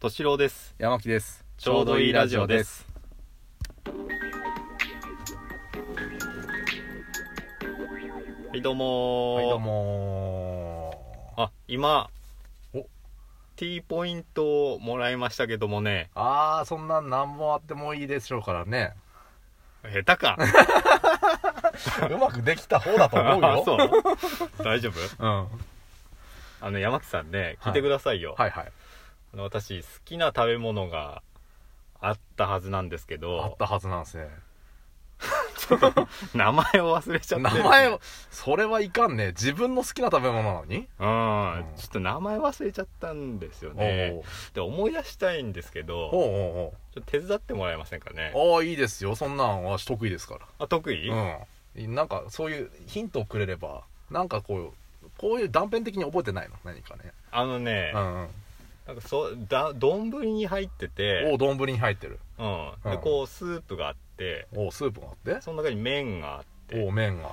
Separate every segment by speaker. Speaker 1: 敏郎です
Speaker 2: 山木です
Speaker 1: ちょうどいいラジオですはいどうもー
Speaker 2: はいどうもー
Speaker 1: あ今
Speaker 2: お
Speaker 1: T ポイントをもらいましたけどもね
Speaker 2: あーそんなん何もあってもいいでしょうか らね
Speaker 1: 下手か
Speaker 2: うまくできた方だと思う
Speaker 1: あ
Speaker 2: よ
Speaker 1: そう大丈夫
Speaker 2: うんは
Speaker 1: あの山木さんね
Speaker 2: はい
Speaker 1: 聞いてくださいよ、
Speaker 2: いはい
Speaker 1: あの私好きな食べ物があったはずなんですけ
Speaker 2: あっ
Speaker 1: ど
Speaker 2: たはずなんですね
Speaker 1: 名前を忘れちゃって
Speaker 2: 名前をそれはいかんね自分の好きな食べ物なのに
Speaker 1: うん、
Speaker 2: うん
Speaker 1: ちょっと名前忘れちゃったんですよねで思い出したいんですけ
Speaker 2: おうお
Speaker 1: どちょっと
Speaker 2: う
Speaker 1: 手伝ってもらえませんかね
Speaker 2: おうおういいですよそんなんわし得意ですか
Speaker 1: あ得意、
Speaker 2: らうんなんかそういうヒントをくれればなんかこうこういう断片的に覚えてないの何かね
Speaker 1: あのね、
Speaker 2: うんうん
Speaker 1: なんかそうだ丼に入って
Speaker 2: お
Speaker 1: て、
Speaker 2: う丼に入ってる
Speaker 1: うん、で
Speaker 2: うん
Speaker 1: こうスープがあって
Speaker 2: おうスープがあって
Speaker 1: その中に麺があって
Speaker 2: おう麺があっ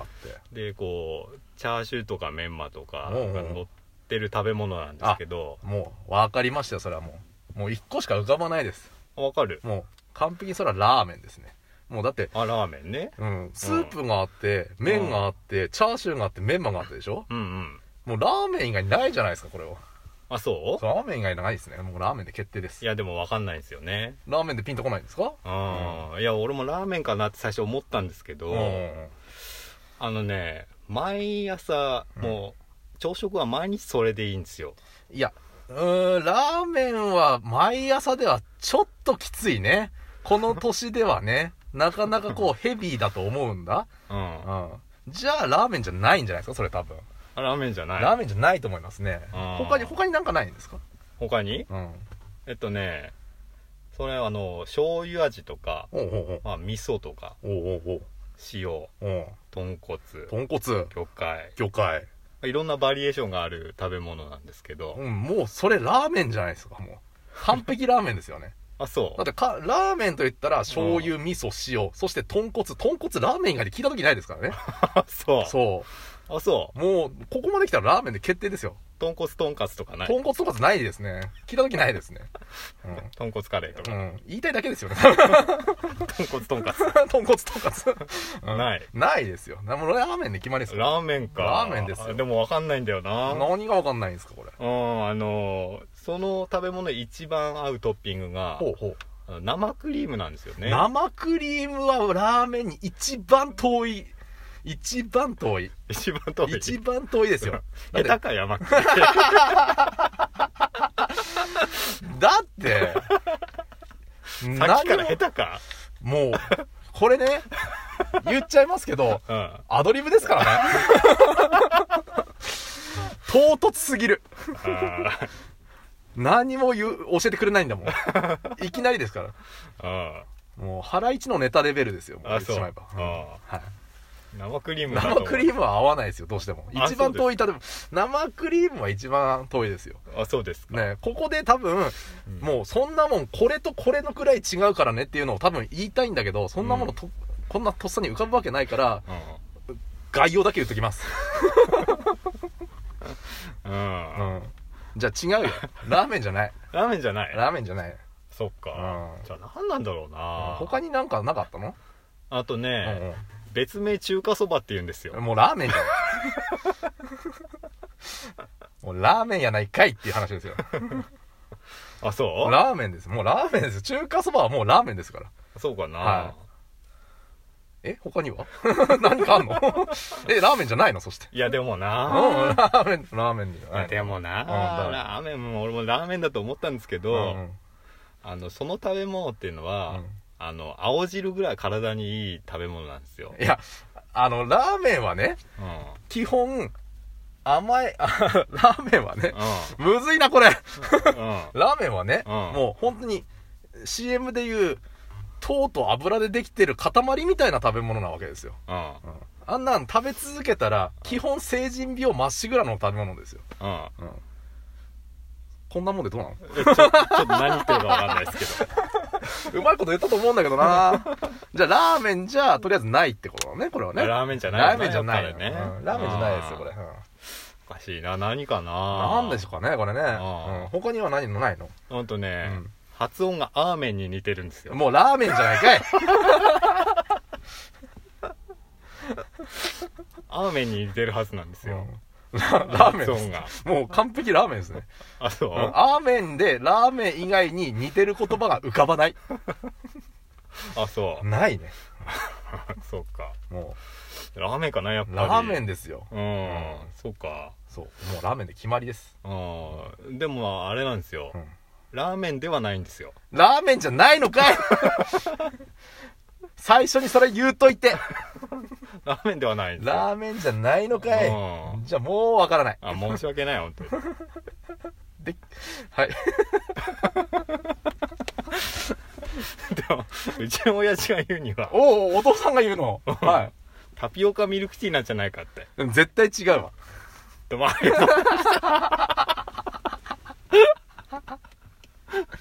Speaker 2: て
Speaker 1: でこうチャーシューとかメンマとか
Speaker 2: おうおう
Speaker 1: が乗ってる食べ物なんですけど
Speaker 2: もう分かりましたよそれはもうもう1個しか浮かばないです
Speaker 1: わかる
Speaker 2: もう完璧にそれはラーメンですねもうだって、
Speaker 1: あラーメンね
Speaker 2: うん、スープがあって麺があって、チャーシューがあってメンマがあってでしょ
Speaker 1: うんうん
Speaker 2: もうラーメン以外ないじゃないですかこれは
Speaker 1: あそう
Speaker 2: ラーメン以外ないですねもうラーメンで決定です
Speaker 1: いやでもわかんないんですよね
Speaker 2: ラーメンでピンとこないんですか
Speaker 1: うん、いや俺もラーメンかなって最初思ったんですけど、
Speaker 2: うん
Speaker 1: あのね毎朝もう朝食は毎日それでいいんですよ
Speaker 2: いやうーんラーメンは毎朝ではちょっときついねこの年ではねなかなかこうヘビーだと思うんだ、
Speaker 1: うん
Speaker 2: う
Speaker 1: あ
Speaker 2: ん、じゃあラーメンじゃないんじゃないですかそれ多分
Speaker 1: ラーメンじゃない
Speaker 2: ラーメンじゃないと思いますね。
Speaker 1: あー
Speaker 2: 他に、他になんかないんですか
Speaker 1: 他に
Speaker 2: うん。
Speaker 1: えっとねそれはあの醤油味とか、
Speaker 2: おうおう
Speaker 1: まあ、味噌とか
Speaker 2: おう。おうおう
Speaker 1: 塩
Speaker 2: おう。おう
Speaker 1: 豚骨
Speaker 2: 豚骨、
Speaker 1: 魚介
Speaker 2: 魚介。
Speaker 1: いろんなバリエーションがある食べ物なんですけど、
Speaker 2: うん、もうそれラーメンじゃないですか、もう。完璧ラーメンです よね。
Speaker 1: あそ
Speaker 2: だってか、ラーメンと言ったら、醤油、味噌、塩、そして豚骨、豚骨ラーメン以外で聞いた時ないで すからね。
Speaker 1: うそう
Speaker 2: そ
Speaker 1: あそう
Speaker 2: う。もう、ここまで来たらラーメンで決定ですよ。
Speaker 1: 豚骨とんかつとかない
Speaker 2: 豚骨とかないですね。聞いた時ないですね。
Speaker 1: 豚骨カレーと
Speaker 2: う
Speaker 1: か、
Speaker 2: ん。うん。言いたいだけですよね。
Speaker 1: 豚骨とんか
Speaker 2: 豚骨とか、うん
Speaker 1: ない。
Speaker 2: ないですよ。もうラーメンで決まりです
Speaker 1: つ
Speaker 2: よ
Speaker 1: ラーメンか
Speaker 2: ラーメンですよ
Speaker 1: あでもわかんないんだよな
Speaker 2: 何がわかんないんですかこれ
Speaker 1: うんあのーその食べ物に一番合うトッピングが
Speaker 2: ほうほう、
Speaker 1: あの生クリームなんですよね
Speaker 2: 生クリームはラーメンに一番遠い一番遠い
Speaker 1: 一番遠い
Speaker 2: 一番遠いですよ
Speaker 1: 下手
Speaker 2: だって
Speaker 1: か山木
Speaker 2: だって
Speaker 1: さっきから
Speaker 2: 何
Speaker 1: 下
Speaker 2: も
Speaker 1: 手か
Speaker 2: もうこれね言っちゃいますけど
Speaker 1: うん
Speaker 2: アドリブですからね 唐突すぎる
Speaker 1: あ
Speaker 2: 何も言う教えてくれないんだもんいきなりですから
Speaker 1: ー
Speaker 2: もう腹一のネタレベルですよもう
Speaker 1: あ
Speaker 2: 言
Speaker 1: あ
Speaker 2: って
Speaker 1: そう
Speaker 2: しまえば、うん
Speaker 1: あ
Speaker 2: はい
Speaker 1: ー生クリームだと思
Speaker 2: 生
Speaker 1: う
Speaker 2: クリームは合わないですよどうしても
Speaker 1: あ
Speaker 2: 一番遠い例えば生クリームは一番遠いですよ
Speaker 1: あそうですか、
Speaker 2: ねここで多分、
Speaker 1: うん
Speaker 2: もうそんなもんこれとこれのくらい違うからねっていうのを多分言いたいんだけどそんなものと、こんなとっさに浮かぶわけないから
Speaker 1: う
Speaker 2: 概要だけ言っときます、
Speaker 1: ん、うん
Speaker 2: うん、じゃあ違うよラーメンじゃない
Speaker 1: ラーメンじゃない
Speaker 2: ラーメンじゃない
Speaker 1: そっか、
Speaker 2: うん
Speaker 1: じゃあ何なんだろうな
Speaker 2: 他になんかなかったの、
Speaker 1: あと
Speaker 2: う
Speaker 1: ね、
Speaker 2: ん
Speaker 1: 別名中華そばって言うんですよ
Speaker 2: うん、もうラーメンじゃない もうラーメンやないかいっていう話ですよ
Speaker 1: あそう
Speaker 2: ラーメンですもうラーメンです中華そばはもうラーメンですから
Speaker 1: そうかな、
Speaker 2: はえ他には 何かあんの え、ラーメンじゃないのそして。
Speaker 1: い、やでも
Speaker 2: うん、
Speaker 1: な、
Speaker 2: ラーメン、ラーメンじゃないの。
Speaker 1: でもな、
Speaker 2: うんだから
Speaker 1: ラーメンも俺もラーメンだと思ったんですけ
Speaker 2: う
Speaker 1: ど、
Speaker 2: ん、うん
Speaker 1: あのその食べ物っていうのは、
Speaker 2: うん
Speaker 1: あの青汁ぐらい体にいい食べ物なんですよ、
Speaker 2: いや、あの、ラーメンはね、
Speaker 1: うんうん、
Speaker 2: 基本、甘い、あ ラーメンはね、むずいな、これ。
Speaker 1: うん
Speaker 2: ラーメンはね、
Speaker 1: うん
Speaker 2: もう本当に、CM でいう、糖と油でできてる塊みたいな食べ物なわけですよ。
Speaker 1: うん
Speaker 2: うんあんなん食べ続けたら、基本成人病まっしぐらの食べ物ですよ。
Speaker 1: うん
Speaker 2: うんこんなもんでどうなの
Speaker 1: えちょちょっと何言ってるかわかんないですけど
Speaker 2: うまいこと言ったと思うんだけどな じゃあラーメンじゃとりあえずないってことだねこれはね
Speaker 1: ラーメンじゃないよ
Speaker 2: ラーメンじゃないよ
Speaker 1: やっぱりね
Speaker 2: うんラーメンじゃないですよこれ、うん
Speaker 1: おかしいな何かな
Speaker 2: なんでしょうかね、これね。
Speaker 1: あー
Speaker 2: うん、他には何もないの
Speaker 1: ほんとね、
Speaker 2: うん
Speaker 1: 発音がアーメンに似てるんですよ
Speaker 2: もうラーメンじゃな いかい
Speaker 1: アーメンに似てるはずなんですよ、
Speaker 2: うんララーメ
Speaker 1: 発
Speaker 2: ンで
Speaker 1: 音
Speaker 2: す
Speaker 1: が
Speaker 2: もう完璧ラーメンですね。
Speaker 1: あそう、
Speaker 2: うんアーメンでラーメン以外に似てる言葉が浮かばない。
Speaker 1: あそう
Speaker 2: ないね。
Speaker 1: そっか
Speaker 2: も
Speaker 1: ラーメンかなやっぱ
Speaker 2: う、
Speaker 1: り
Speaker 2: ラーメンですよ。
Speaker 1: うん、
Speaker 2: うん
Speaker 1: そうか
Speaker 2: そう。もうラーメンで決まりです。
Speaker 1: うんでもあれなんですよ、
Speaker 2: うん
Speaker 1: ラーメンではないんですよ
Speaker 2: ラーメンじゃないのかい 最初にそれ言うといて。
Speaker 1: ラーメンではないんですよ
Speaker 2: ラーメンじゃないのかい
Speaker 1: うん
Speaker 2: じゃあもうわからない。
Speaker 1: あ申し訳ない本当に
Speaker 2: で、はい。
Speaker 1: でもうちの親父が言うには
Speaker 2: おお、お父さんが言うの。は
Speaker 1: タピオカミルクティーなんじゃないかって
Speaker 2: い。でも絶対違うわ。
Speaker 1: どうもありがとう